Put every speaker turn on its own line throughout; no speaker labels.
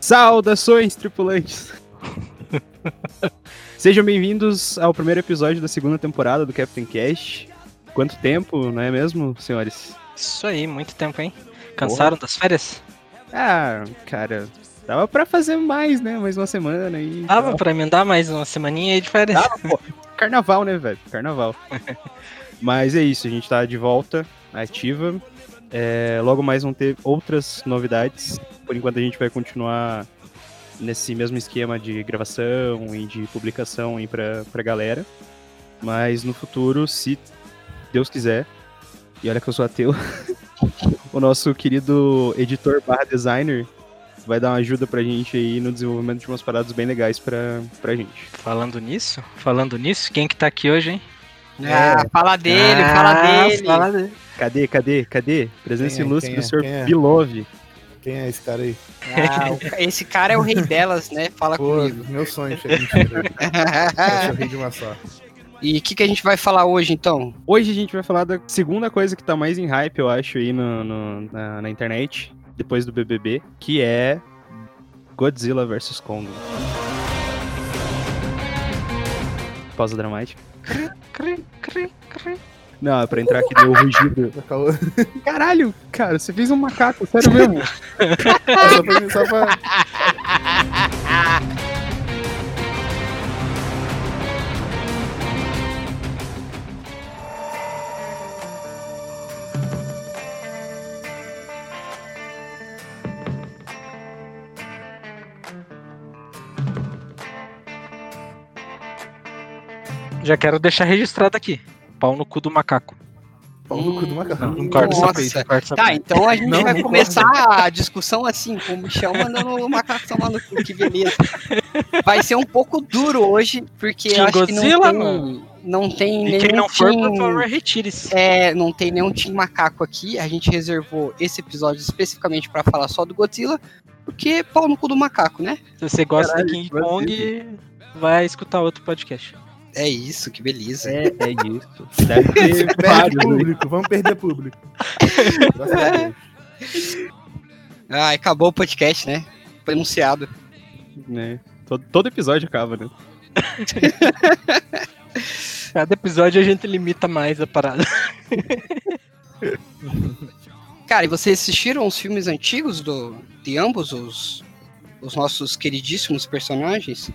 Saudações, tripulantes! Sejam bem-vindos ao primeiro episódio da segunda temporada do Captain Cash. Quanto tempo, não é mesmo, senhores?
Isso aí, muito tempo, hein? Cansaram das férias?
Ah, cara, dava pra fazer mais, né? Mais uma semana e.
Dava pra emendar mais uma semaninha aí de férias?
Dava, pô. Carnaval, né, velho? Carnaval. Mas é isso, a gente tá de volta, ativa. É, logo mais vão ter outras novidades. Por enquanto a gente vai continuar nesse mesmo esquema de gravação e de publicação aí pra, pra galera. Mas no futuro, se Deus quiser, e olha que eu sou ateu, o nosso querido editor barra designer vai dar uma ajuda pra gente aí no desenvolvimento de umas paradas bem legais pra, pra gente.
Falando nisso, falando nisso, quem que tá aqui hoje, hein?
Ah, fala dele, fala
Ah,
dele.
fala dele.
Cadê, cadê, cadê? Presença
Quem é,
ilustre
quem
do
é,
senhor
quem é?
Bilove.
Quem é esse cara aí?
Ah, o ca- esse cara é o rei delas, né? Fala
Pô,
comigo. É.
meu sonho, chega mentira. Deixa eu rir de uma só.
e o que, que a gente vai falar hoje, então?
Hoje a gente vai falar da segunda coisa que tá mais em hype, eu acho, aí no- no- na, na internet, depois do BBB, que é Godzilla vs Kong. Pausa dramática.
Cri, cri, cri.
Não, é pra entrar aqui deu o rugido.
Acabou.
Caralho, cara, você fez um macaco, sério mesmo?
Só pra mim, só pra...
Já quero deixar registrado aqui. Pau no cu do macaco.
Pau no cu do macaco.
Não, um não corta essa
Nossa.
parte. Corta essa
Tá,
parte.
então a gente
Não,
vai
não
começar a discussão assim, com o Michel mandando o macaco tomar no cu, que beleza. Vai ser um pouco duro hoje, porque
Team
eu acho
Godzilla,
que não tem,
mano.
não tem
E
nenhum
quem não for, por
team-
favor, retire-se.
É, não tem nenhum Team Macaco aqui. A gente reservou esse episódio especificamente pra falar só do Godzilla, porque pau no cu do macaco, né?
Se você gosta
Caralho,
de King
mas
Kong, vai escutar outro podcast.
É isso, que beleza.
É, é isso. Deve ter
Perde
vários, né?
público, vamos perder público. Graças a Deus.
Ah, acabou o podcast, né? Foi anunciado.
né? Todo, todo episódio acaba, né?
Cada episódio a gente limita mais a parada.
Cara, e vocês assistiram os filmes antigos do, de ambos os, os nossos queridíssimos personagens?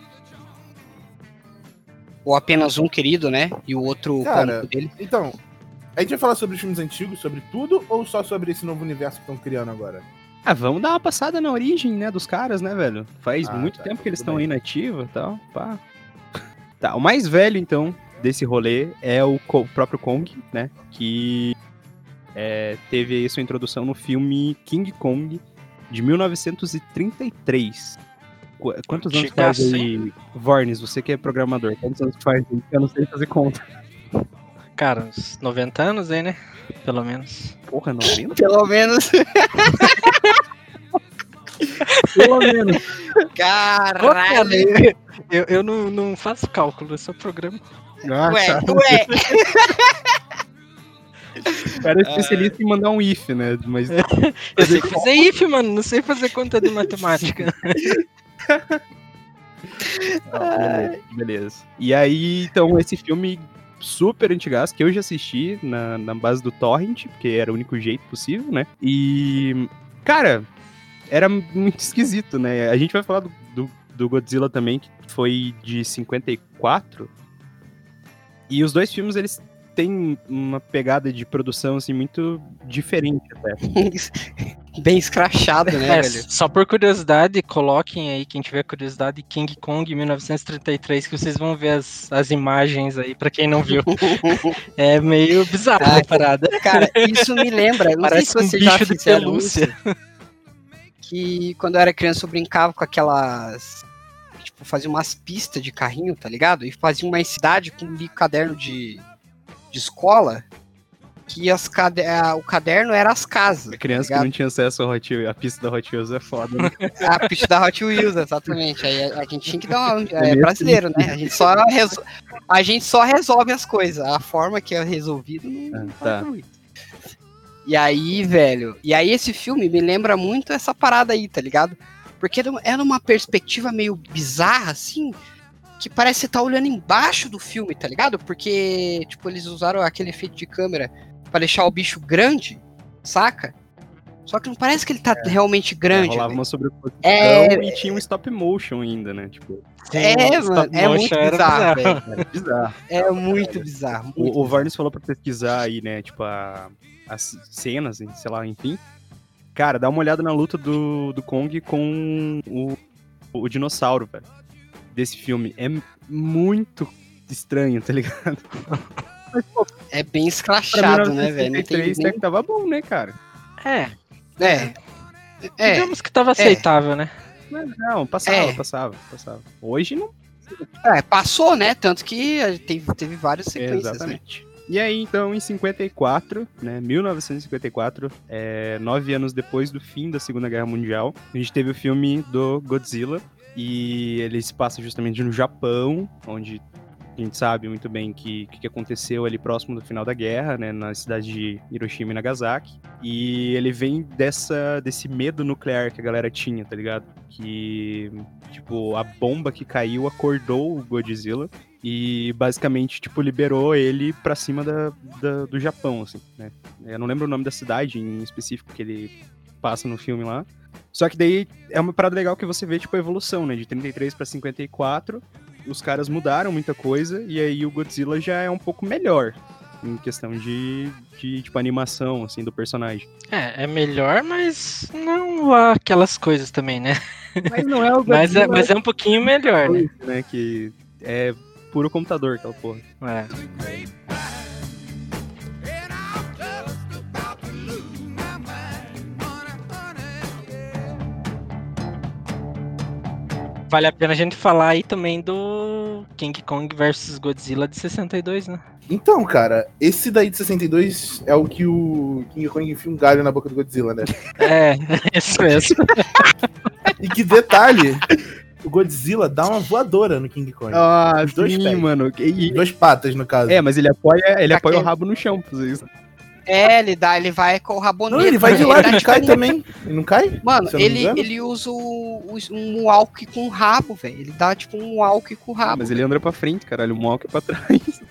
Ou apenas um querido, né? E o outro
Cara,
pau no cu dele?
Então, a gente vai falar sobre os filmes antigos, sobre tudo, ou só sobre esse novo universo que estão criando agora?
Ah, vamos dar uma passada na origem, né, dos caras, né, velho? Faz
Ah,
muito
tá,
tempo que eles
tudo
estão aí na
bem.
ativa e tal, pá. Tá, o mais velho, então, desse rolê é o Co- próprio Kong, né, que é, teve aí sua introdução no filme King Kong, de 1933. Qu- Quantos anos faz
Antigaço,
aí, Vornes, você que é programador, quantos anos faz aí? Eu não sei fazer conta.
Cara, uns 90 anos aí, né? Pelo menos.
Porra, 90?
Pelo menos.
Pelo menos.
Caralho!
Eu, eu não, não faço cálculo, eu só programa.
Ah,
Ué,
tá.
ué!
O cara é especialista em mandar um if, né, mas...
Eu sei fazer if, mano, não sei fazer conta de matemática.
Beleza, beleza. E aí, então, esse filme super antigaço, que eu já assisti na, na base do Torrent, porque era o único jeito possível, né? E, cara, era muito esquisito, né? A gente vai falar do, do, do Godzilla também, que foi de 54. E os dois filmes, eles têm uma pegada de produção, assim, muito diferente né? até.
Bem escrachado, né,
É,
velho?
só por curiosidade, coloquem aí, quem tiver curiosidade, King Kong 1933, que vocês vão ver as, as imagens aí, pra quem não viu. É meio bizarro
Ah,
a parada.
Cara, isso me lembra. Não
Parece
sei se
um
vocês já
bicho de
fizeram
pelúcia.
isso, que quando eu era criança eu brincava com aquelas. Tipo, fazia umas pistas de carrinho, tá ligado? E fazia uma cidade com um bico caderno de, de escola. Que as cade... a- o caderno era as casas.
A criança que não tinha acesso ao Hot Wheels, a pista da Hot Wheels é foda, né?
A pista da Hot Wheels, exatamente. Aí a, a gente tinha que dar uma. É
mesmo?
brasileiro, né? A gente, só reso- a gente só resolve as coisas. A forma que é resolvido não
Tá.
E aí, velho, e aí esse filme me lembra muito essa parada aí, tá ligado? Porque era um- era uma perspectiva meio bizarra, assim, que parece que você tá olhando embaixo do filme, tá ligado? Porque, tipo, eles usaram aquele efeito de câmera pra deixar o bicho grande, saca? Só que não parece que ele tá realmente
É,
grande.
rolava
velho.
uma sobreposição
É,
e tinha um stop motion ainda, né? Tipo,
é, mano, é muito bizarro, velho.
era bizarro.
É muito bizarro. muito
O, o Varnes falou pra pesquisar aí, né? Tipo, a- as cenas, sei lá, enfim. Cara, dá uma olhada na luta do, do Kong com o, o dinossauro, velho. Desse filme. É muito estranho, tá ligado?
É bem
Pra
escrachado, né, velho? Não
1963,
tem
até que tava bom, né, cara?
É,
nem... É. É,
digamos que tava aceitável, né?
Mas não, passava,
É.
passava, passava. Hoje não.
é, passou, né? Tanto que eh, teve, teve várias sequências, né?
Exatamente. E aí, então, em 54, né, 1954, é, nove anos depois do fim da Segunda Guerra Mundial, a gente teve o filme do Godzilla, e ele se passa justamente no Japão, onde a gente sabe muito bem que que, que aconteceu ali próximo do final da guerra, né, na cidade de Hiroshima e Nagasaki, e ele vem dessa, desse medo nuclear que a galera tinha, tá ligado? Que, tipo, a bomba que caiu acordou o Godzilla, e basicamente, tipo, liberou ele pra cima da, da- do Japão, assim, né? Eu não lembro o nome da cidade em específico que ele passa no filme lá. Só que daí é uma parada legal que você vê, tipo, a evolução, né? De 33 pra 54, os caras mudaram muita coisa, e aí o Godzilla já é um pouco melhor em questão de, de tipo, animação, assim, do personagem.
É, é melhor, mas não há aquelas coisas também, né?
Mas não é o
Mas é, mas é um pouquinho melhor, né?
né? Que é puro computador, aquela porra.
É. Vale a pena a gente falar aí também do King Kong versus Godzilla de 62, né?
Então, cara, esse daí de 62 é o que o King Kong enfia um galho na boca do Godzilla, né?
É, isso mesmo.
E que detalhe! o Godzilla dá uma voadora no King Kong.
Ah,
Os dois pés.
mano.
E Duas patas, no caso.
É, mas ele apoia, ele
Pra
apoia o
quê?
rabo no chão pra fazer isso.
É, ele dá, ele vai com o rabonete.
não, ele vai de
né?
lado,
dá,
ele
tipo,
cai
um-
também. Ele não cai?
Mano,
se eu não me
ele,
engano.
ele usa o- o- um walk com o rabo, velho. Ele dá tipo um walk com o
Ah,
rabo.
mas ele anda pra frente, caralho. O Monk é pra trás.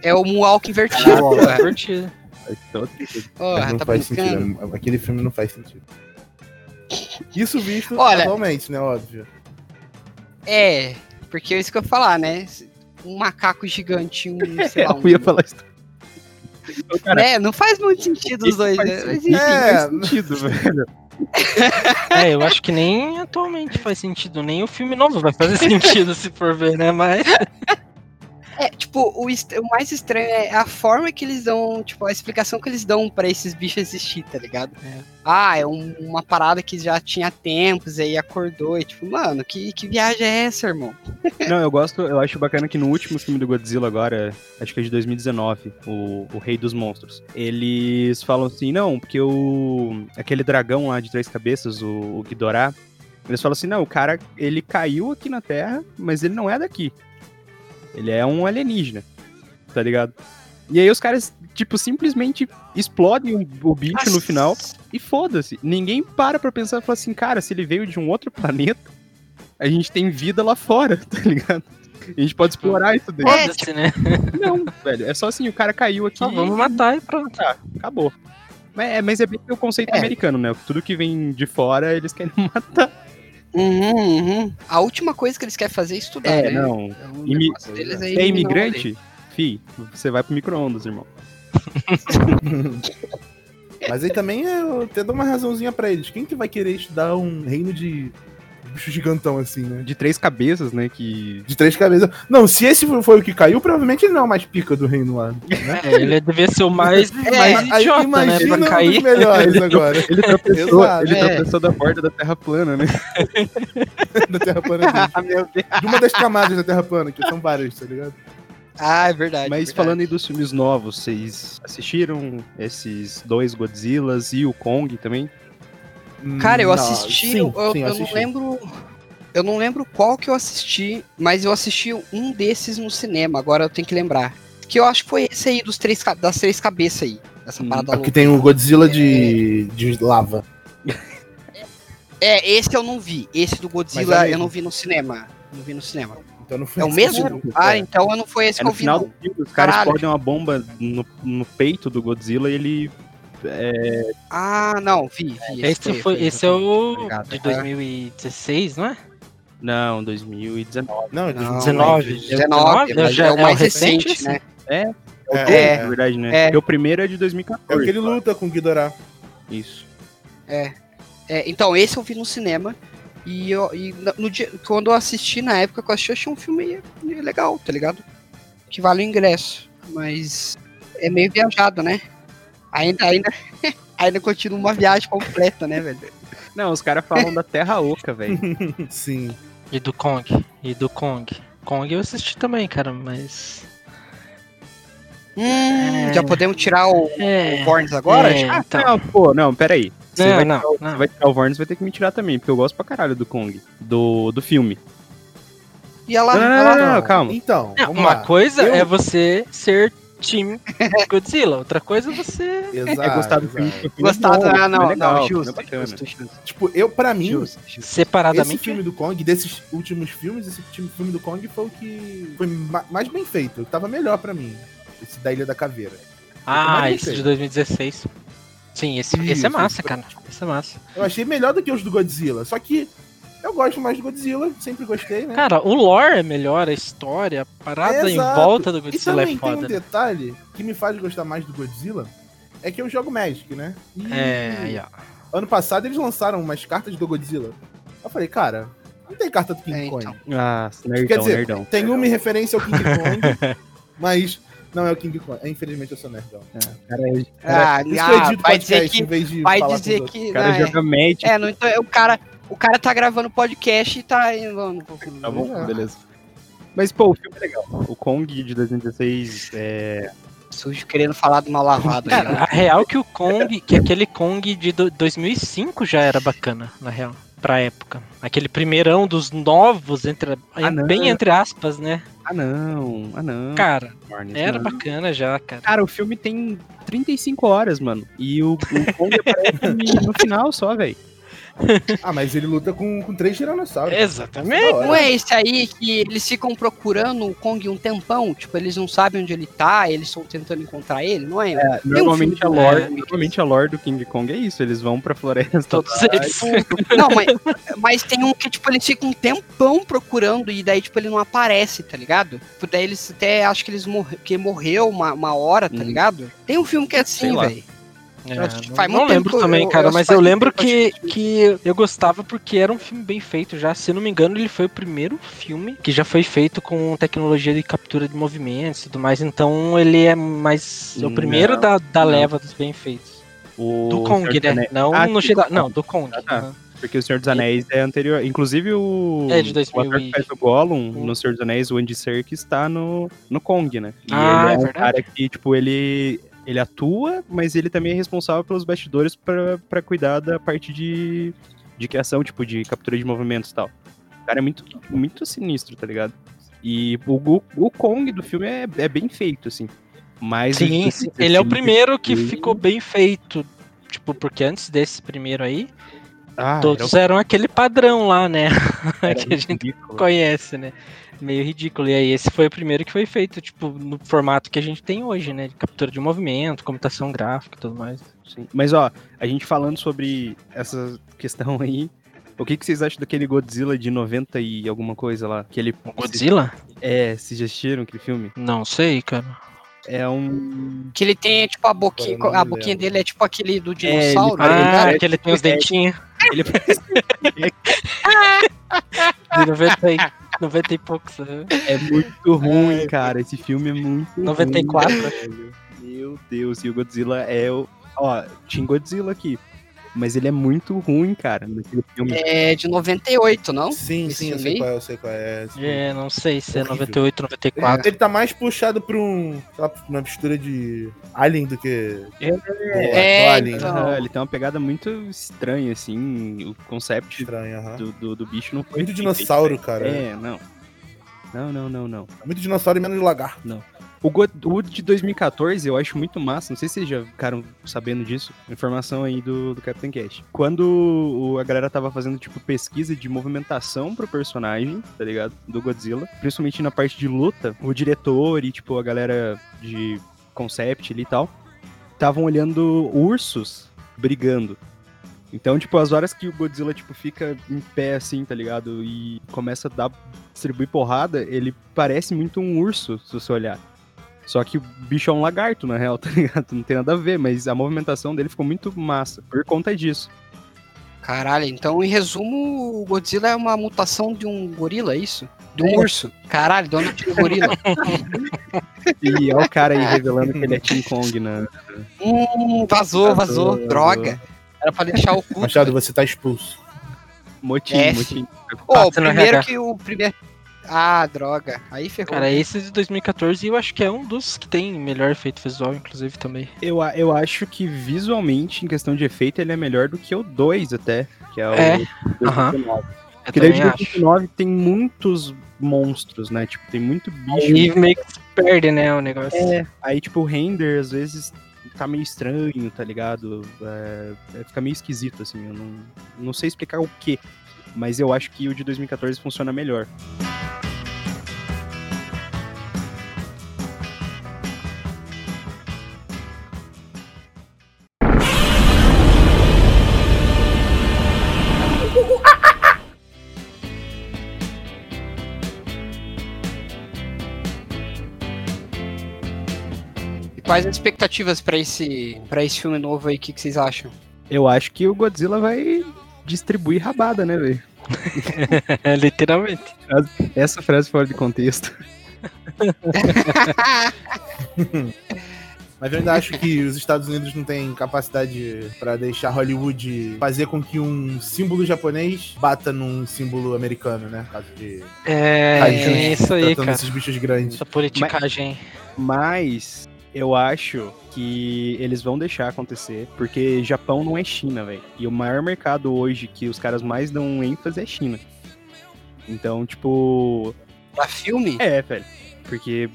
É o walk invertido.
É
porra.
Divertido.
Então, tipo,
Porra,
não
tá
faz
né?
brincando.
sentido. é, Aquele filme não faz sentido. Isso visto
Olha-
atualmente, né? Óbvio.
É, porque é isso que eu ia falar, né? Um macaco gigante, um, sei lá, um...
É, eu ia falar isso. Cara,
né? Não faz muito sentido os
isso
dois,
faz
né? Mas,
sentido,
enfim.
É.
faz sentido, velho.
É, eu acho que nem atualmente faz sentido, nem o filme novo vai fazer sentido se for ver, né? Mas
É, tipo, o, est- o mais estranho é a forma que eles dão, tipo, a explicação que eles dão pra esses bichos existir, tá ligado?
É.
Ah, é um- uma parada que já tinha há tempos, aí acordou, e tipo, mano, que, que viagem é essa, irmão?
Não, eu gosto, eu acho bacana que no último filme do Godzilla agora, acho que é de 2019, o, o Rei dos Monstros, eles falam assim, não, porque o aquele dragão lá de três cabeças, o, o Ghidorah, eles falam assim, não, o cara, ele caiu aqui na Terra, mas ele não é daqui. Ele é um alienígena, tá ligado? E aí os caras, tipo, simplesmente explodem o- o bicho no final e foda-se. Ninguém para pra pensar e fala assim, cara, se ele veio de um outro planeta, a gente tem vida lá fora, tá ligado? A gente pode explorar isso
É.
daí.
foda-se, né?
Não, velho. É só assim, o cara caiu aqui
Tá
Só vamos matar e pronto.
e acabou. Mas é, mas é bem o conceito
É.
americano, né? Tudo que vem de fora, eles querem matar.
Uhum, uhum. A última coisa que eles querem fazer é estudar, né?
não.
É um
Imi-
negócio deles
É
eliminar o
imigrante? Fi, você vai pro micro-ondas, irmão.
Mas aí também eu até dou uma razãozinha pra eles. Quem que vai querer estudar um reino de bicho gigantão assim, né?
De três cabeças, né? Que.
De três cabeças. Não, se esse foi o que caiu, provavelmente ele não é o mais pica do reino lá. Né?
É, ele devia ser o mais,
É,
mais
É, Aí
idiota, né?
imagina
Pra
um dos
cair.
melhores agora
Ele tropeçou,
Exato,
ele
é.
tropeçou da borda da Terra plana, né?
da Terra Plana. dele.
Ah, meu Deus.
De uma das camadas da Terra Plana, que são várias, tá ligado?
Ah, é verdade.
Mas
verdade.
falando aí dos filmes novos, vocês assistiram esses dois Godzillas e o Kong também?
Cara, eu
Hum, Não,
assisti,
sim,
eu, eu
sim,
não
assisti.
lembro. Eu não lembro qual que eu assisti, mas eu assisti um desses no cinema, agora eu tenho que lembrar. Que eu acho que foi esse aí dos três, ca- das três cabeças aí. Essa
é
Hum,
parada
Aqui
louca.
tem o Godzilla de, de lava.
É, esse eu não vi. Esse do
Mas é
Godzilla
mesmo.
eu não vi no cinema. Não vi no cinema.
Então não foi
É o mesmo? Ah, então eu não foi esse
É
que
no
eu vi.
final
Não.
do filme, os caras
Caralho.
explodem uma bomba no, no peito do Godzilla e ele.
Ah, não, vi, vi.
Esse,
foi, tá né?
foi,
foi,
esse é o
Obrigado.
de 2016, não é?
Não, 2019.
Não, é
Não,
19.
19, mas
Já
é o
é o
mais
recente,
recente,
esse?
né?
É,
É,
é,
na verdade, né?
é.
Porque o primeiro é de
é
2014.
o que ele luta com o Ghidorah.
Isso.
É, então, esse eu vi no cinema. E, eu, e na- no dia, quando eu assisti, na época que eu assisti, eu achei um filme legal, tá ligado? Que vale o ingresso. Mas é meio viajado, né? Ainda, ainda, ainda continua uma viagem completa, né, velho?
Não, os caras falam da Terra Oca, velho.
Sim.
E do Kong. E do Kong. Kong eu assisti também, cara, mas.
Hum,
é.
já podemos tirar o,
É.
o Borns agora?
é,
já?
então.
Ah, Não, pô, não, peraí. Você
Não,
vai,
não,
tirar, o-
não.
você vai tirar o Warner, você vai ter que me tirar também, porque eu gosto pra caralho do Kong, do, do filme.
E ela,
Não, não, não,
ela-
não, não, calma.
Então,
É,
vamos
uma
lá.
coisa
Eu-
é você ser time Godzilla, outra coisa é você.
Exato,
É gostar do
exato.
filme. porque o filme é
Gostado,
bom, o
ah, não,
filme é legal,
não,
o filme é
justo,
bacana.
justo, justo,
Tipo, eu, pra mim,
justo, justo.
esse
Separadamente.
filme do Kong, desses últimos filmes, esse time- filme do Kong foi o que foi ma- mais bem feito. Tava melhor pra mim. Esse da Ilha da Caveira.
Ah,
mais
esse de
recente.
2016. Sim, esse, esse
Isso,
é massa,
esse-
cara. Esse é massa.
Eu achei melhor do que os do Godzilla. Só que eu gosto mais do Godzilla, sempre gostei, né?
Cara, o lore é melhor, a história, a parada em
Exato.
volta do
E
Godzilla
também
é
tem um
foda. né?
detalhe que me faz gostar mais do Godzilla, é que eu jogo Magic, né? E
É, aí, ó.
ano passado eles lançaram umas cartas do Godzilla. Eu falei, cara, não tem carta do King
É,
Kong.
então. é,
Ah,
Quer
nerdão,
dizer,
nerdão.
Tem uma em referência ao King Kong, mas não é o King Kong. É, Infelizmente eu sou nerdão.
Cara, é o
Ah,
Por isso que eu
ah,
edito
vai dizer
podcast em
que.
vez de
Vai
falar com os
dizer
outros.
que.
cara tipo,
né,
joga Magic.
É, não, então, é, o cara, o cara tá gravando podcast e tá indo. Não, vou-
Tá bom,
Ah.
beleza. Mas, pô, o filme é legal. O Kong de 2016 é.
Sujo querendo falar do mal lavado. né?
Cara, a real que o Kong, que aquele Kong de do- 2005 já era bacana, na real, pra época. Aquele primeirão dos novos, entre,
Ah,
não.
bem entre aspas, né?
Ah, não. Ah, não.
Cara,
Warner,
era
não.
bacana já, cara.
Cara, o filme tem 35 horas, mano. E o, o Kong aparece no final só, velho.
Ah, mas ele luta com, com três tiranossauros.
Exatamente.
Não é esse aí que eles ficam procurando o Kong um tempão? Tipo, eles não sabem onde ele tá, eles estão tentando encontrar ele, não é?
um Normalmente a,
filme,
lore,
né?
normalmente a lore do King Kong é isso. Eles vão pra floresta.
Todos eles.
Não, mas, mas tem um que, tipo, eles ficam um tempão procurando e daí, tipo, ele não aparece, tá ligado? Tipo, daí eles até acham que eles morre, que morreu uma, uma hora, tá
Uhum.
ligado? Tem um filme que é
Sei
assim,
lá.
velho.
É,
Eu assisti faz
não
muito
lembro
tempo que eu-
também,
eu-
cara,
eu
mas
faz
eu
muito
lembro
tempo que
que,
eu
que eu gostava porque era um filme bem feito já. Se não me engano, ele foi o primeiro filme que já foi feito com tecnologia de captura de movimentos e tudo mais. Então ele é mais. é o primeiro
Não,
da, da
não.
leva dos bem feitos.
O
Do Kong,
Senhor dos
né?
Anéis-
Não
Ah,
no
sim,
Jedi.
do
Não, do Kong.
Ah, tá.
né?
Porque o Senhor dos Anéis é anterior. Inclusive o.
É, de
O ator
2000
que
e-
faz o Gollum
Hum.
no Senhor dos Anéis, o Andy Serkis, está no, no Kong, né? E
Ah,
ele
é
é, um
verdade.
cara que, tipo, ele. Ele atua, mas ele também é responsável pelos bastidores pra pra cuidar da parte de, de criação, tipo, de captura de movimentos e tal. O cara é muito, muito sinistro, tá ligado? E o, o, o Kong do filme é, é bem feito, assim. Mas
Sim,
ele-
sim, ele é o primeiro que
Sim.
ficou bem feito. Tipo, porque antes desse primeiro aí,
Ah, era
todos eram aquele padrão lá, né?
um- era
que a gente
ridículo.
conhece, né? Meio ridículo. E aí, esse foi o primeiro que foi feito, tipo, no formato que a gente tem hoje, né? De captura de movimento, computação gráfica e tudo mais.
Sim. Mas ó, a gente falando sobre essa questão aí, o que, que vocês acham daquele Godzilla de 90 e alguma coisa lá? Que ele,
Godzilla?
É, vocês já assistiram aquele filme?
Não sei, cara.
É um.
Que ele tem, tipo, a boquinha.
Agora eu não
A
me
boquinha
lembro.
dele é tipo aquele do
ele
dinossauro.
parece-
né?
Ah,
ele-
que ele tem os
ele-
dentinhos.
Ele
De 90 e, 90 e poucos. né?
é muito ruim, cara. Esse filme é muito.
94.
ruim, velho. Meu Deus, e o Godzilla é o. Ó, tinha Godzilla aqui. Mas ele é muito ruim, cara, naquele filme.
É de 98, não?
Sim,
Esse
sim, eu sei
filme aí?
qual é, eu sei qual é. esse filme.
É, não sei se é
Horrível.
98, 94.
Ele tá mais puxado pra um. sei lá, pra uma mistura de Alien do que.
É,
do
é,
Alien.
então.
Aham, ele tem uma pegada muito estranha, assim. O concept
Estranho, aham.
do, do, do bicho não foi.
Tá. Muito
bem feito,
É.
dinossauro, cara.
É, não. Não, não, não, não.
Muito dinossauro e menos lagarto.
O, Go- o de 2014 eu acho muito massa, não sei se vocês já ficaram sabendo disso, informação aí do, do Captain Cash. Quando o- a galera tava fazendo, tipo, pesquisa de movimentação pro personagem, tá ligado? Do Godzilla, principalmente na parte de luta, o diretor e, tipo, a galera de concept ali e tal, estavam olhando ursos brigando. Então, tipo, as horas que o Godzilla, tipo, fica em pé, assim, tá ligado? E começa a dar, distribuir porrada, ele parece muito um urso, se você olhar. Só que o bicho é um lagarto, na real, tá ligado? Não tem nada a ver, mas a movimentação dele ficou muito massa, por conta disso.
Caralho, então em resumo, o Godzilla é uma mutação de um gorila, é isso? De um
É.
urso. Caralho, dono de um gorila.
E é o cara aí revelando que ele é King Kong, né?
Hum, vazou, vazou,
Vazou,
Droga. Era pra deixar o cu.
Machado, você tá expulso.
Motim,
É,
motim.
Pô, o
Passa no
primeiro
RH.
que o primeiro. Ah, droga. Aí ferrou.
Cara, esse de 2014 eu acho que é um dos que tem melhor efeito visual, inclusive, também.
Eu, a- eu acho que visualmente, em questão de efeito, ele é melhor do que o 2 até, que é o
É,
2019.
Eu
Porque é
também
desde
acho.
2009 tem muitos monstros, né? Tipo, tem muito bicho.
é
E meio que se perde, né, o negócio.
Aí, tipo, o render, às vezes, tá meio estranho, tá ligado? É, é, fica meio esquisito, assim. Eu não, não sei explicar o quê. Mas eu acho que o de 2014 funciona melhor.
E quais as expectativas pra esse, pra esse filme novo aí? O que, que vocês acham?
Eu acho que o Godzilla vai distribuir rabada, né, velho?
É.
Literalmente.
Essa frase fora de contexto.
Mas eu ainda acho que os Estados Unidos não têm capacidade pra deixar Hollywood fazer com que um símbolo japonês bata num símbolo americano, né? No caso de
Ah,
É,
então
Tadinho,
é
tá
isso aí,
tratando
cara.
esses bichos grandes.
Essa politicagem.
Mas eu acho que eles vão deixar acontecer, porque Japão não é China, velho. E o maior mercado hoje que os caras mais dão ênfase é China. Então, tipo,
Pra filme?
É, velho. Porque,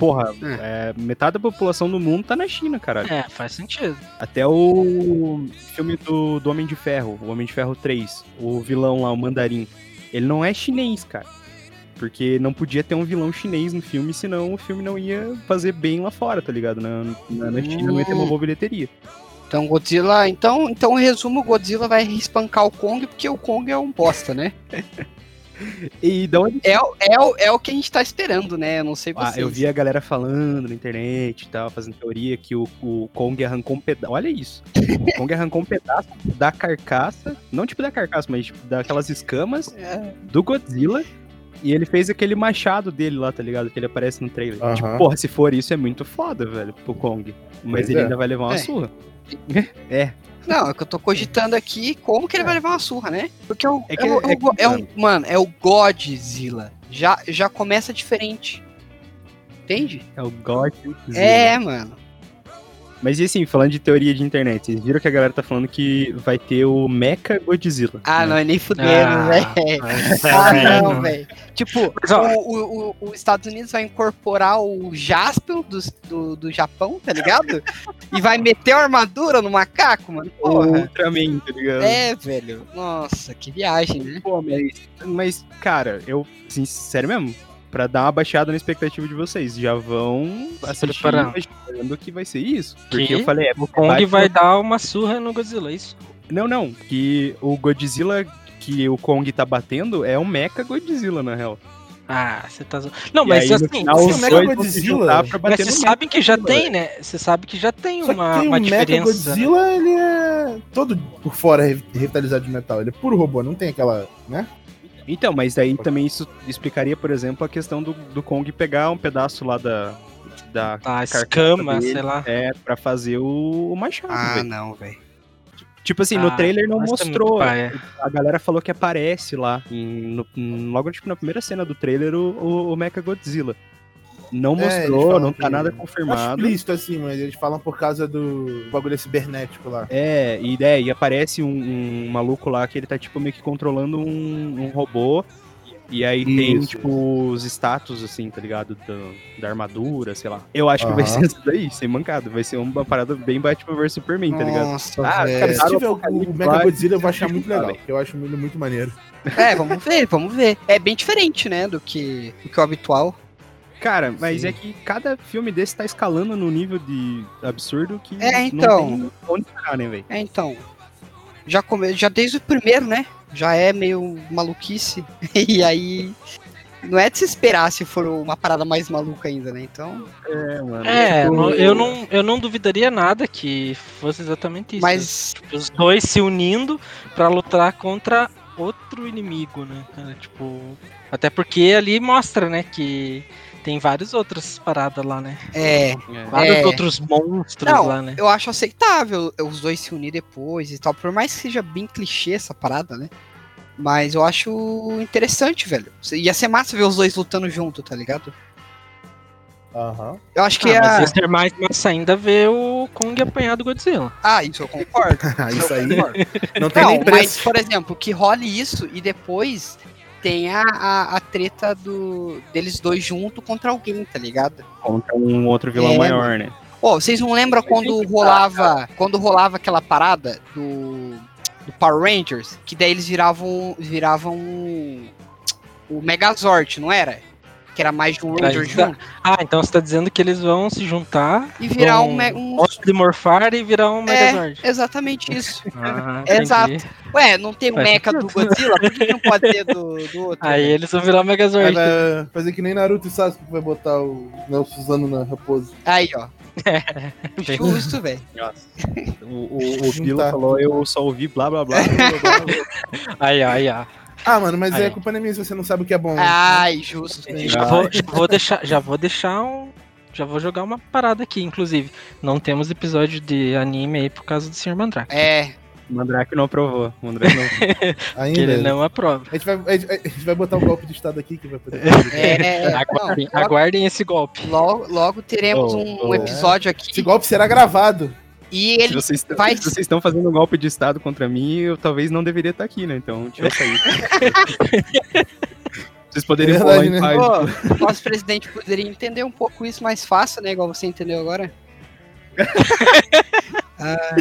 porra, é, metade da população do mundo tá na China, caralho.
É, faz sentido.
Até o filme do, do Homem de Ferro, o Homem de Ferro 3, o vilão lá, o Mandarim. Ele não é chinês, cara. Porque não podia ter um vilão chinês no filme, senão o filme não ia fazer bem lá fora, tá ligado? Na, na, na China não ia ter uma boa bilheteria.
Então, Godzilla. Então, então, em resumo, o Godzilla vai espancar o Kong, porque o Kong é um bosta, né?
E da onde
É, o- é, o- é o que a gente tá esperando, né? Eu não sei
Ah,
vocês.
eu vi a galera falando na internet e tal, fazendo teoria que o, o Kong arrancou um pedaço. Olha isso. O Kong arrancou um pedaço da carcaça, não tipo da carcaça, mas tipo, daquelas escamas
É.
do Godzilla. E ele fez aquele machado dele lá, tá ligado? Que ele aparece no trailer.
Aham.
Tipo, porra, se for isso é muito foda, velho, pro Kong. Mas
Pois
ele
é.
ainda vai levar uma
É.
surra.
Não, é que eu tô cogitando aqui como que ele vai levar uma surra, né? Porque é, o,
É
é,
que-
o- é,
é
o-
que-
é um. Mano, é o Godzilla. Já, já começa diferente. Entende?
É o Godzilla.
É, mano.
Mas e assim, falando de teoria de internet, vocês viram que a galera tá falando que vai ter o Mecha Godzilla.
Ah,
né?
não, é nem fudendo,
Ah,
velho. Ah,
É,
não, velho. Tipo,
Mas, ó,
o, o, o- os Estados Unidos vai incorporar o Jaspion do, do, do Japão, tá ligado? e vai meter a armadura no macaco, mano.
O
Porra.
Ultraman, tá ligado?
É, velho. Nossa, que viagem, né?
Pô, mas, mas, cara, eu, assim, sério mesmo, pra dar uma baixada na expectativa de vocês, já vão assistir
preparando.
imaginando que vai ser isso. Porque
Que?
eu falei, é,
o Kong
Batman-
vai dar uma surra no Godzilla, é isso.
Não, não, que o Godzilla que o Kong tá batendo é um Mecha Godzilla, na real.
Ah, você tá. zo- Não,
E
mas
aí, no
assim,
final,
se
os
o
Mecha
Mega-
dois vão se
Godzilla-
juntar pra
mas
bater
você
no
sabe que já
Godzilla,
tem, né? Você sabe que já tem
Só que
uma,
tem
uma
o Mecha
diferença. né?
Godzilla, ele é todo por fora re- revitalizado de metal. Ele é puro robô, não tem aquela, né?
Então, mas daí também isso explicaria, por exemplo, a questão do, do Kong pegar um pedaço lá da. da
Ah,
carcaça
escama,
dele,
sei lá.
É, pra fazer o, o machado,
Ah,
velho.
não, velho.
Tipo assim, no
Ah,
trailer não
Então
mas tá muito
mostrou. né?
paia.
A galera falou que aparece lá, em- no- em- logo tipo, na primeira cena do trailer, o, o, o Mecha Godzilla. Não
É, eles
mostrou,
falam
não tá
que-
nada
Não é
confirmado.
explícito assim, mas eles falam por causa do bagulho cibernético lá.
É, e, é, e aparece um, um maluco lá que ele tá tipo meio que controlando um, um robô. E aí tem,
Isso,
tipo, os status, assim, tá ligado? Do- da armadura, sei lá. Eu acho que vai
Aham.
ser isso daí, sem mancada. Vai ser uma parada bem Batman vs Superman, tá ligado?
Nossa,
Ah,
Cara,
velho.
se tiver é o, o Mega
vai-
Godzilla, eu vou achar muito legal.
Vale.
Eu acho ele muito maneiro.
É, vamos ver, vamos ver. É bem diferente, né, do que, do que o habitual.
Cara, mas
Sim.
é que cada filme desse tá escalando num nível de absurdo que
É, então.
não tem onde parar, né, velho?
É, então. Já, come... já desde o primeiro, né? Já é meio maluquice. E aí. Não é de se esperar se for uma parada mais maluca ainda, né? Então.
É, mano.
É,
tipo,
não- eu não, eu não duvidaria nada que fosse exatamente isso.
Mas.
Tipo, os dois se unindo pra lutar contra outro inimigo, né, cara? Tipo, até porque ali mostra, né, que tem vários outras paradas lá, né?
É.
Tá
Vários
É.
outros monstros
Não,
lá, né?
eu acho aceitável os dois se unir depois e tal. Por mais que seja bem clichê essa parada, né? Mas eu acho interessante, velho. Ia ser massa ver os dois lutando junto, tá ligado?
Aham.
Eu acho que
ah,
a-
mas ia ser mais massa ainda ver o Kong apanhado do Godzilla.
Ah, isso eu concordo.
Ah, Isso aí não tem
Não,
nem
mas,
preço.
por exemplo, que role isso e depois tem a, a, a treta do, deles dois junto contra alguém, tá ligado?
Contra um outro vilão
É,
maior, né?
Ô, vocês não lembram quando rolava, quando rolava aquela parada do, do Power Rangers? Que daí eles viravam, viravam o- o Megazord, não era? Que era mais de um
Mas
Ranger
dá-
junto.
Ah, então você tá dizendo que eles vão se juntar,
E virar um,
Vão-
me- um-
morfar e virar um Megazord.
Exatamente isso.
Ah,
Exato.
entendi.
Ué, não tem o
Faz
Mecha do Godzilla? Por que que não pode ter do, do outro?
Aí eles vão virar um Megazord.
é-
Cara, fazer que nem Naruto e Sasuke vai botar o Nelson Suzano na raposa.
Aí, ó. Justo, velho.
O, o, o
Não
Bila
tá.
falou, eu só ouvi blá blá
É.
blá. blá, blá, blá, blá.
Aí, ó, aí, ó.
Ah, mano, mas
Aí.
é culpa não é minha se você não sabe o que é bom.
Ai, justo. velho.
Já vou, já vou deixar, já vou deixar um, já vou jogar uma parada aqui, inclusive. Não temos episódio de anime aí por causa do Sr. Mandrake.
É,
O Mandrake não aprovou. O Mandrake não
Ainda.
que ele
né?
não aprova.
A, gente vai, a, gente, a gente vai botar o golpe de estado aqui que vai poder.
é.
Aguardem,
não, logo,
aguardem esse golpe.
logo, logo teremos
Oh,
um,
oh, é.
episódio
Esse
aqui.
golpe será gravado.
E
Se
ele.
vocês tão-
vai-
se vocês estão fazendo um golpe de Estado contra mim, eu talvez não deveria estar aqui, né? Então, deixa eu sair. vocês
É
poderiam falar
Verdade,
em
né?
paz.
Pô, o nosso presidente poderia entender um pouco isso mais fácil, né? Igual você entendeu agora. Ah,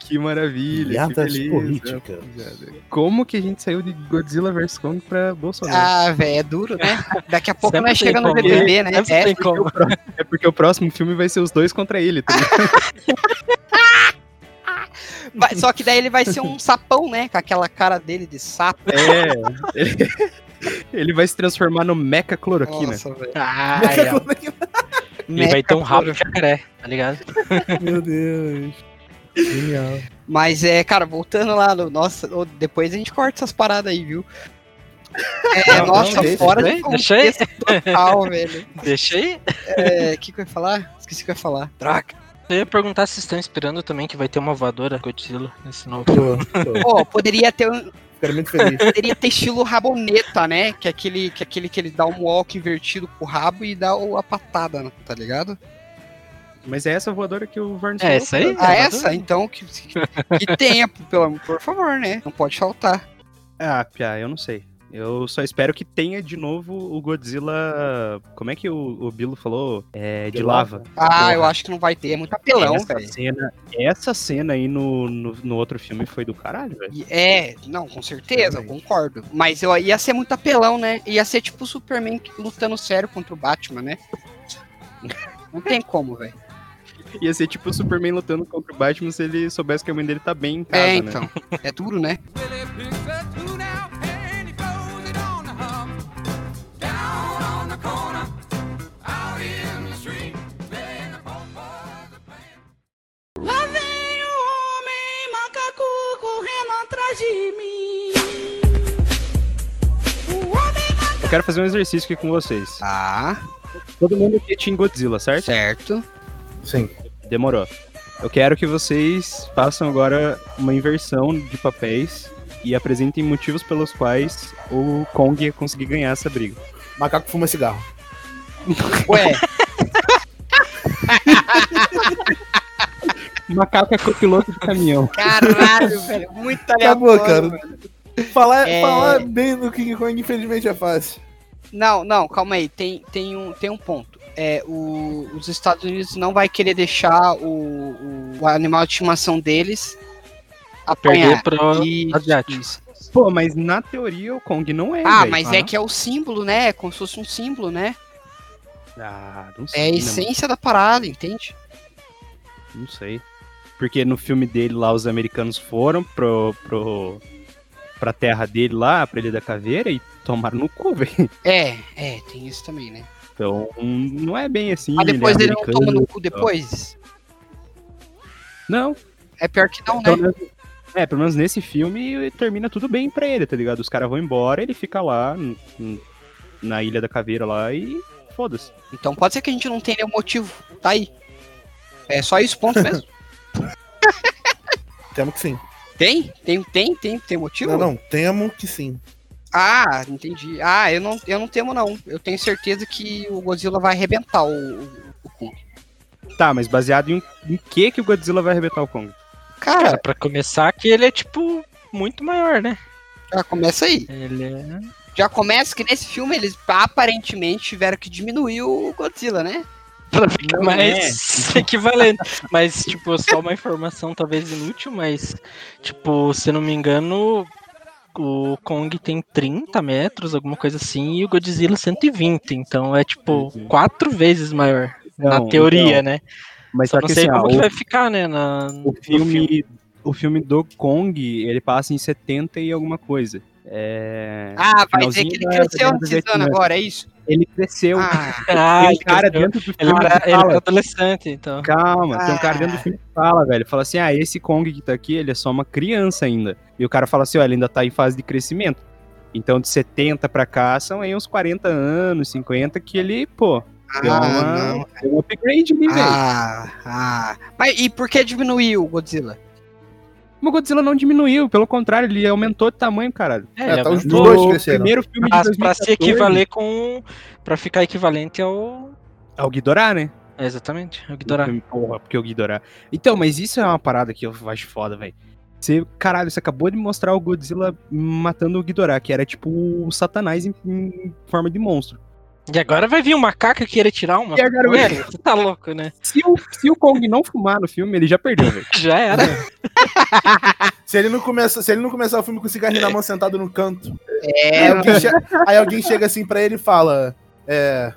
Que maravilha, que beleza. Como que a gente saiu de Godzilla vs Kong pra Bolsonaro?
ah, velho, é duro, né? Daqui a pouco
Sempre
nós
tem
chegamos no
como,
BBB, né?
Sempre
É,
tem como.
É porque o próximo filme vai ser os dois contra ele, tá ligado?
vai- só que daí ele vai ser um sapão, né? Com aquela cara dele de sapo.
É. Ele, ele vai se transformar no Mecha Cloroquina.
Nossa, velho.
Ah, aí, ó. Ele vai ter um rabo de jacaré, tá ligado?
Meu Deus. Genial.
Mas é, cara, voltando lá no. Nossa, ô, depois a gente corta essas paradas aí, viu? É,
Não,
nossa,
não, deixa,
fora de
deixa, deixa aí.
contexto total, velho.
Deixa aí.
É, O que, que eu ia falar? Esqueci o que eu ia falar. Droga.
Eu ia perguntar se estão esperando também que vai ter uma voadora Godzilla nesse novo.
Tô, tô.
Pô, poderia ter, um-
Ficaram muito feliz.
poderia ter estilo raboneta, né? Que é aquele que, é aquele que ele dá um walk invertido com o rabo e dá o- a patada, né? tá ligado?
Mas é essa voadora que o Varnes
É essa aí?
Ah, essa? Então, que, que tenha, pelo, por favor, né? Não pode faltar.
Ah, Pia, eu não sei. Eu só espero que tenha de novo o Godzilla. Como é que o, o Bilo falou? É, de,
De
lava.
lava.
Ah,
Porra.
eu acho que não vai ter. É muito apelão,
essa,
velho.
cena, essa cena aí no, no, no outro filme foi do caralho, velho.
E- É, não, com certeza, eu concordo. Mas eu, ia ser muito apelão, né? Ia ser tipo o Superman lutando sério contra o Batman, né? Não tem como, velho.
Ia ser tipo o Superman lutando contra o Batman se ele soubesse que a mãe dele tá bem em casa,
É,
né?
então. É duro, né?
Willie picks a tune out and he throws it on the hump. Down on the corner, out in the street, playing the folk boys are playing. Lá vem o homem macaco correndo atrás de mim. O homem
Eu quero fazer um exercício aqui com vocês.
Tá,
Todo mundo aqui é Team Godzilla, certo?
certo.
Sim.
Demorou. Eu quero que vocês façam agora uma inversão de papéis e apresentem motivos pelos quais o Kong ia conseguir ganhar essa briga.
Macaco fuma cigarro.
Ué,
Macaco é copiloto de caminhão.
caralho, velho. Muito
Acabou,
aleatório.
cara.
velho.
Falar,
É.
falar bem do King Kong, infelizmente, é fácil.
Não, não, calma aí. Tem, tem, um, tem um ponto. É, o- os Estados Unidos não vai querer deixar o, o animal de estimação deles apanhar.
Perder pro
E-
asiático.
isso.
Pô, mas na teoria o Kong não é.
Ah,
velho.
mas é que é o símbolo, né? É como se fosse um símbolo, né?
Ah, não sei.
É a
né,
essência da parada, entende?
mano? Não sei. Porque no filme dele lá, os americanos foram pro, pro, pra terra dele lá, pra Ilha da Caveira, e tomaram no cu, velho.
É, é, tem isso também, né?
Então, não é bem assim.
Mas depois
ele é
ele não toma
americano.
no cu depois?
Não,
É pior que não,
Pelo
né?
menos- é, pelo menos nesse filme termina tudo bem pra ele, tá ligado? Os caras vão embora, ele fica lá n- n- na Ilha da Caveira lá e foda-se.
Então pode ser que a gente não tenha nenhum motivo. Tá aí. É só isso, ponto mesmo.
Temo que sim.
tem? Tem, tem, tem, tem motivo?
Não, não, temo que sim.
Ah, entendi. Ah, eu não, eu não temo, não. Eu tenho certeza que o Godzilla vai arrebentar o, o, o Kong.
Tá, mas baseado em, em que que o Godzilla vai arrebentar o Kong?
Cara,
Cara, pra começar, que ele é tipo muito maior, né?
já começa aí.
Ele é.
Já começa que nesse filme eles aparentemente tiveram que diminuir o Godzilla, né?
Pra ficar
Não
mais
é.
equivalente. Mas, tipo, só uma informação talvez inútil, mas, tipo, se não me engano, o Kong tem 30 metros, alguma coisa assim, e o Godzilla 120. Então é, tipo,
Uhum.
quatro vezes maior.
Então,
na teoria,
então,
né?
Mas
Só
só
não
que
sei
assim,
como
ó,
que
o,
vai ficar, né? Na,
o
no
filme, o filme do Kong, ele passa em 70 e alguma coisa. É,
Ah, vai dizer
Finalzinho
que ele
da-
cresceu
da-
no Cisano
da-
agora, é isso?
Ele cresceu.
Ah,
Ah,
tem um cara
entendeu?
dentro do
ele
filme
era,
que
ele era
fala,
adolescente, então.
Calma, tem um
Ah.
cara dentro do filme que fala, velho. Fala assim: ah, esse Kong que tá aqui, ele é só uma criança ainda. E o cara fala assim: ó, ele ainda tá em fase de crescimento. Então, de 70 pra cá, são aí uns 40 anos, 50, que ele, pô, deu,
ah,
uma, deu um upgrade ali, velho.
ah, ah. Mas e por que diminuiu o Godzilla?
Mas o Godzilla não diminuiu, pelo contrário, ele aumentou de tamanho, caralho.
É,
É,
ele
tá os
aumentou
dois
No
cresceram.
primeiro filme de
pra, pra
2014,
se equivaler com. Pra ficar equivalente ao.
ao Ghidorah, né?
é, exatamente, ao Ghidorah.
filme, Porra, porque o Ghidorah. Então, mas isso é uma parada que eu acho foda, velho. Você, caralho, você acabou de mostrar o Godzilla matando o Ghidorah, que era tipo o Satanás em, em forma de monstro.
E agora vai vir um macaco que querer tirar uma.
E agora vai-
Velho, Você tá louco, né?
Se o, se o Kong não fumar no filme, ele já perdeu, velho.
Já era.
Se ele, não começa, se ele não começar o filme com o cigarrinho na mão sentado no canto, aí,
É,
alguém che- aí alguém chega assim pra ele e fala: É.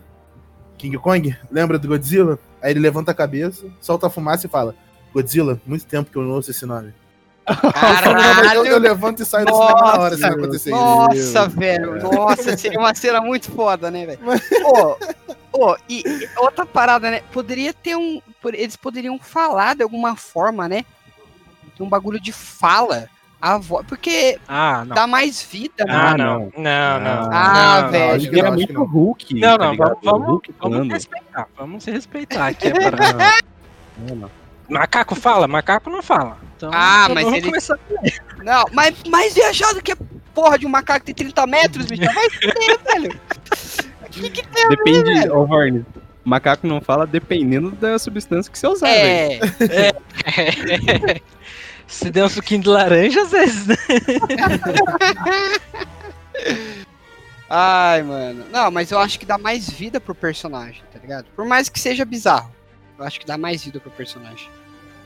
King Kong, lembra do Godzilla? Aí ele levanta a cabeça, solta a fumaça e fala: Godzilla, muito tempo que eu não ouço esse nome. Eu, eu
caralho!
levanto e saio do cinema na hora assim, se
Nossa,
isso acontecer.
Nossa, velho! Nossa, seria uma cena muito foda, né, velho? Ô, ô, e e outra parada, né? Poderia ter um. por- Eles poderiam falar de alguma forma, né? Um bagulho de fala. A voz. Porque
Ah,
Tá
não.
dá mais vida, mano.
Ah, não. Não, não.
Ah,
não,
velho.
acho que
Ele era
não, acho
muito
que não.
Hulk.
Não,
tá
não,
ligado?
vamos, vamos,
O Hulk
vamos
falando.
se respeitar. Vamos se respeitar aqui. é pra-
né,
macaco fala, macaco não fala. Então,
Ah, mas
vamos
ele-
começar.
Não, mas mais viajado que a porra de um macaco de 30 metros, bicho. Vai ser, velho. O que que tem?
É,
Depende, ô Vorne. Macaco não fala dependendo da substância que você
Tá
usar, velho.
É,
Se der um suquinho de laranja, às vezes. né?
Ai, mano. Não, mas eu acho que dá mais vida pro personagem, tá ligado? Por mais que seja bizarro. Eu acho que dá mais vida pro personagem.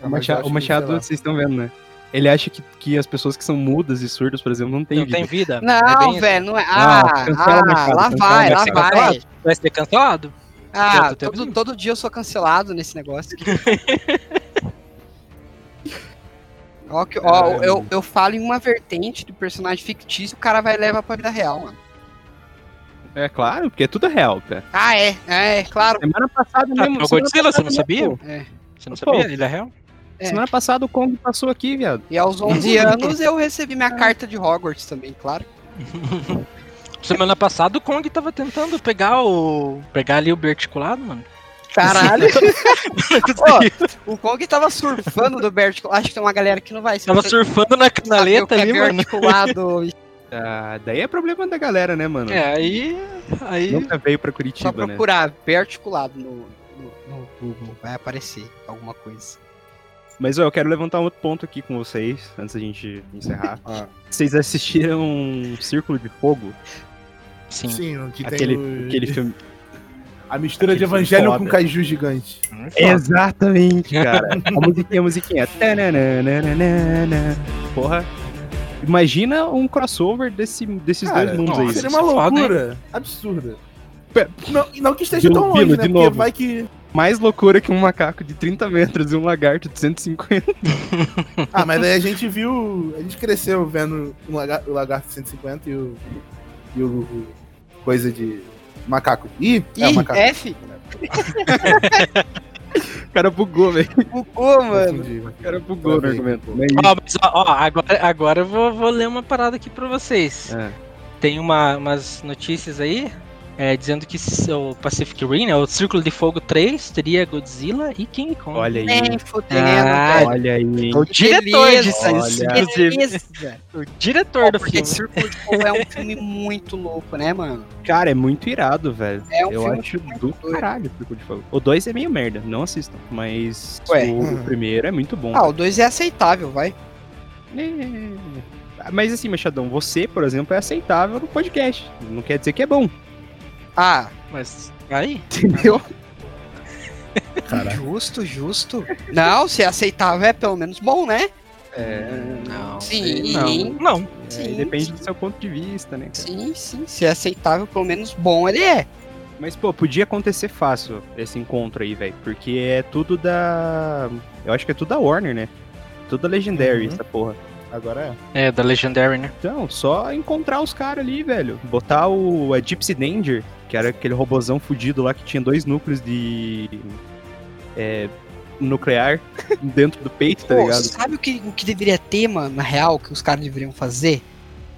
Ah,
O Machado, o Machado, vocês estão vendo, né? Ele acha que, que as pessoas que são mudas e surdas, por exemplo, não têm
Não
vida.
tem vida. É
Não,
bem-
velho, não é. Ah,
cancela, Machado,
ah lá
cancela,
vai, lá
Machado.
vai.
Vai ser cancelado?
Ah,
Eu tô
todo,
tentando.
todo dia eu sou cancelado nesse negócio. aqui. Ó, que, ó eu, eu, eu falo em uma vertente do personagem fictício, o cara vai levar pra vida real, mano.
É claro, porque é tudo real, cara.
Ah, é, é, claro.
Semana passada
Ah,
mesmo.
o
semana
Godzilla, você
passada
não sabia?
mesmo,
É.
Você não
Pô.
sabia? Ele é real?
pô. Semana passada o Kong passou aqui, viado.
E aos 11 anos eu recebi minha carta de Hogwarts também, claro.
Semana passada o Kong tava tentando pegar o. pegar ali o berticulado, mano.
Caralho.
Não conseguiu.
O Kong tava surfando do vertical. Acho que tem uma galera que não vai.
tava surfando na canaleta
é
ali, mano.
mano.
Ah, daí é problema da galera, né, mano?
É, aí. Aí.
Nunca veio pra
Só
Curitiba, né?
procurar verticulado no, no, no Google. Vai aparecer alguma coisa.
Mas ó, eu quero levantar um outro ponto aqui com vocês, antes da gente encerrar.
Ah.
Vocês assistiram Círculo de Fogo?
Sim.
Sim, o que
Aquele,
tem o-
aquele filme.
a mistura de
aquele filme
evangelho com
foda.
caju gigante.
É,
Exatamente, cara. A musiquinha, a musiquinha. Tananana. Porra. Imagina um crossover desse, desses
Cara,
dois mundos
nossa,
aí.
Seria
velho.
uma
Foda,
loucura absurda.
Pera.
Não, e não que esteja
Bilo-
tão longe,
Bilo,
né?
de
Porque
novo.
vai que.
Mais loucura que um macaco de 30 metros e um lagarto de 150.
Ah, mas daí a gente viu. A gente cresceu vendo o lagar- o Lagarto 150 e o. E o. o coisa de. Macaco. Ih, é
Ih,
um macaco.
F?
O cara bugou, velho.
Bugou, mano.
Confundi.
O cara bugou no
Travei.
argumento.
Ó, mas, ó, ó, agora, agora eu vou, vou ler uma parada aqui pra vocês.
É.
Tem uma- umas notícias aí é, dizendo que s- o Pacific Rim, né, o Círculo de Fogo 3, teria Godzilla e King Kong.
Olha aí.
Nem fudendo,
Ah,
velho.
Olha aí. hein.
O diretor
né, Beleza,
disso,
olha.
inclusive.
Beleza.
O diretor do
Porque
filme.
Círculo de Fogo é um filme muito louco, né, mano?
Cara, é muito irado, velho.
É um
eu
filme
acho do caralho Círculo de Fogo. O 2 é meio merda, não assistam. Mas
Ué.
o primeiro é muito bom.
Ah, o 2 é aceitável, vai.
É. Mas assim, Machadão, você, por exemplo, é aceitável no podcast. Não quer dizer que é bom.
Ah,
Mas aí,
Entendeu?
Caralho.
justo, justo. Não, se é aceitável é pelo menos bom, né?
não.
Sim.
Não, não.
É, e depende do seu ponto de vista, né? cara?
Sim, sim. Se é aceitável, pelo menos bom ele é.
Mas, pô, podia acontecer fácil esse encontro aí, velho. Porque é tudo da. Eu acho que é tudo da Warner, né? Tudo da Legendary,
Uhum.
essa porra.
Agora é.
É, da Legendary, né?
Então, só encontrar os caras ali, velho. Botar o a Gypsy Danger, que era aquele robozão fudido lá que tinha dois núcleos de. é, nuclear dentro do peito, tá
Pô,
ligado?
sabe o que, o que deveria ter, mano, na real, que os caras deveriam fazer?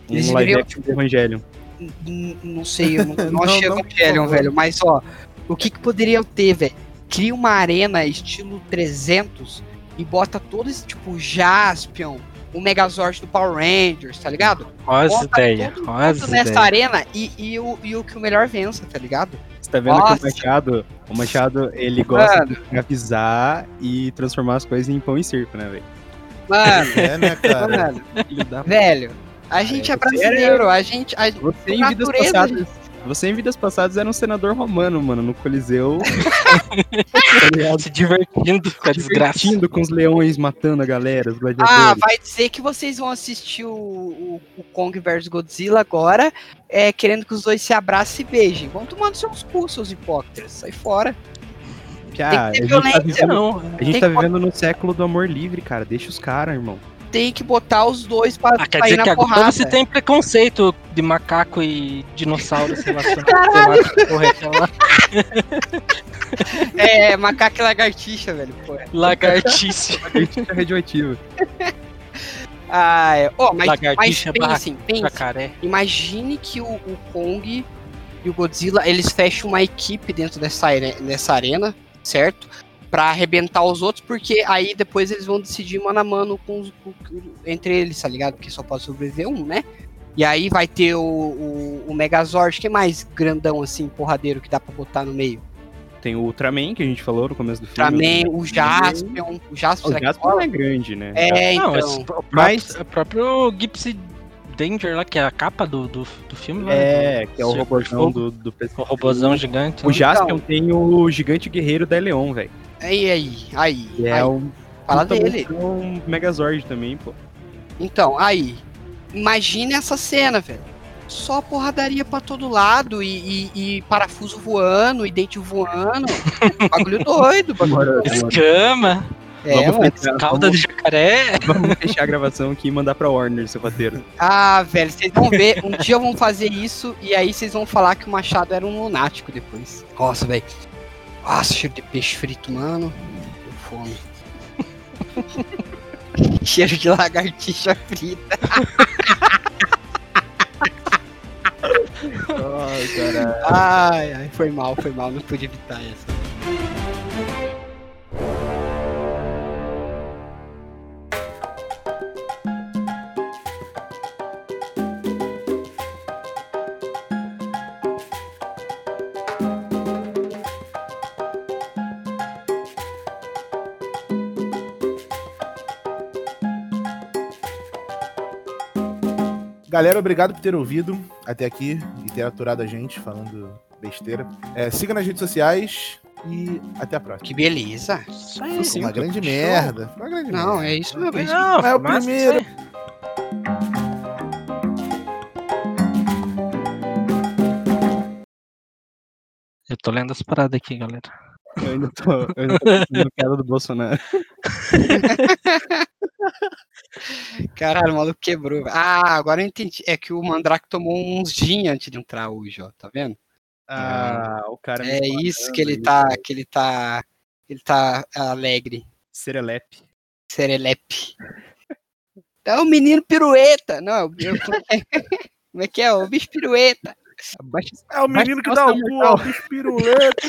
eles
Um live
deveriam-
action do Evangelho.
N- n- Não sei, eu não, não,
Não,
achei
não, por
Evangelion,
favor.
velho, mas ó, o que, que poderia ter, velho? Cria uma arena estilo 300 e bota todos, tipo, o Jaspion, o Megazord do Power Rangers, tá ligado?
Ó as
Bota
ideias.
tá todo
Ó as
Tudo nessa
ideias.
arena e, e o, e o que o melhor vença, tá ligado?
Você tá vendo que
Nossa.
o Machado, o Machado, ele gosta
Mano.
de avisar e transformar as coisas em pão e circo, né, velho?
Mano,
É, né, cara?
mano, né, velho, a gente é brasileiro, a gente. A,
Você em
Por
vidas
natureza,
passadas. Você em vidas passadas era um senador romano, mano, no Coliseu. Tá ligado?
Se divertindo com a desgraça.
divertindo com os leões matando a galera, os gladiadores.
Ah, vai dizer que vocês vão assistir o, o- o Kong vs Godzilla agora, é, querendo que os dois se abracem e beijem. Vão tomando seus cursos, hipócritas. Sai fora.
Cara,
tem que ter
a gente tá
violência,
vivendo,
Não,
a gente
Tem
tá
que-
vivendo no século do amor livre, cara. Deixa os caras, irmão.
Tem que botar os dois pra
Ah, quer
pra ir
dizer
na
que agora
porrada.
você tem preconceito de macaco e dinossauro, sei lá, sei lá, sei lá, porra, é aquela
É, macaco e lagartixa, velho. Pô.
lagartixa.
A gente tá radioativo.
Ah, é. Ó, mas, mas assim,
Lagartixa barra
pensem, pensem.
Jacaré.
Imagine que o, o Kong e o Godzilla, eles fecham uma equipe dentro dessa, are- dessa arena, certo? Pra arrebentar os outros, porque aí depois eles vão decidir mano a mano com os- com- com- entre eles, tá ligado? Porque só pode sobreviver um, né? E aí vai ter o, o, o Megazord, que é mais grandão assim, porradeiro, que dá pra botar no meio.
Tem o Ultraman, que a gente falou no começo do filme.
Também o Jaspion, o
O
Jaspion, será que
Jasper não
cola?
é grande, né?
É,
Não,
então.
mas o pró-
Mas-
o próprio Gypsy Danger lá, que é a capa do, do, do filme, lá,
É,
do-
que é o
Círculo de
robôzão
Fogo.
do, do pessoal.
O robôzão gigante.
Então-
O
né?
Jaspion tem o gigante guerreiro da Leon, velho.
Aí, aí, aí.
Que é
aí.
um.
Fala
puta
dele.
monstrão Megazord também, pô.
Então, aí. Imagine essa cena, velho. Só porradaria pra todo lado e, e- e parafuso voando e dente voando. bagulho doido,
é,
bagulho doido.
Escama,
É,
vamos,
mano.
fechar,
cauda de
vamos,
jacaré.
vamos fechar a gravação aqui e mandar pra Warner, seu roteiro.
Ah, velho, vocês vão ver. Um dia vão fazer isso e aí vocês vão falar que o Machado era um lunático depois. Nossa, velho. Nossa, cheiro de peixe frito, mano. Tô fome. cheiro de lagartixa frita.
Ai, caralho.
Ai, ai, foi mal, foi mal. Não pude evitar essa.
é.
Galera, obrigado por ter ouvido até aqui e ter aturado a gente falando besteira. É, siga nas redes sociais e até a próxima.
Que beleza.
Isso aí,
Foi uma grande
show.
merda. Foi Uma grande
Não,
merda.
é isso mesmo. é isso
Não,
É o
massa, isso
primeiro.
aí. Eu tô lendo as paradas aqui, galera.
Eu ainda tô, eu ainda tô pensando na piada do Bolsonaro.
Caralho, o maluco quebrou. Ah, agora eu entendi. É que o Mandrake tomou uns gin antes de entrar hoje, ó. Tá vendo?
Ah, o cara. me
É
falando
isso que ele
aí,
tá. Que ele tá. Ele tá alegre.
Serelepe.
Serelepe. Tá o menino pirueta. Não, é o. é o- Como é que é? O bicho pirueta.
Abaixa
É o
Mas
menino que
nossa,
dá o cu
mortal.
ao bicho piruleta.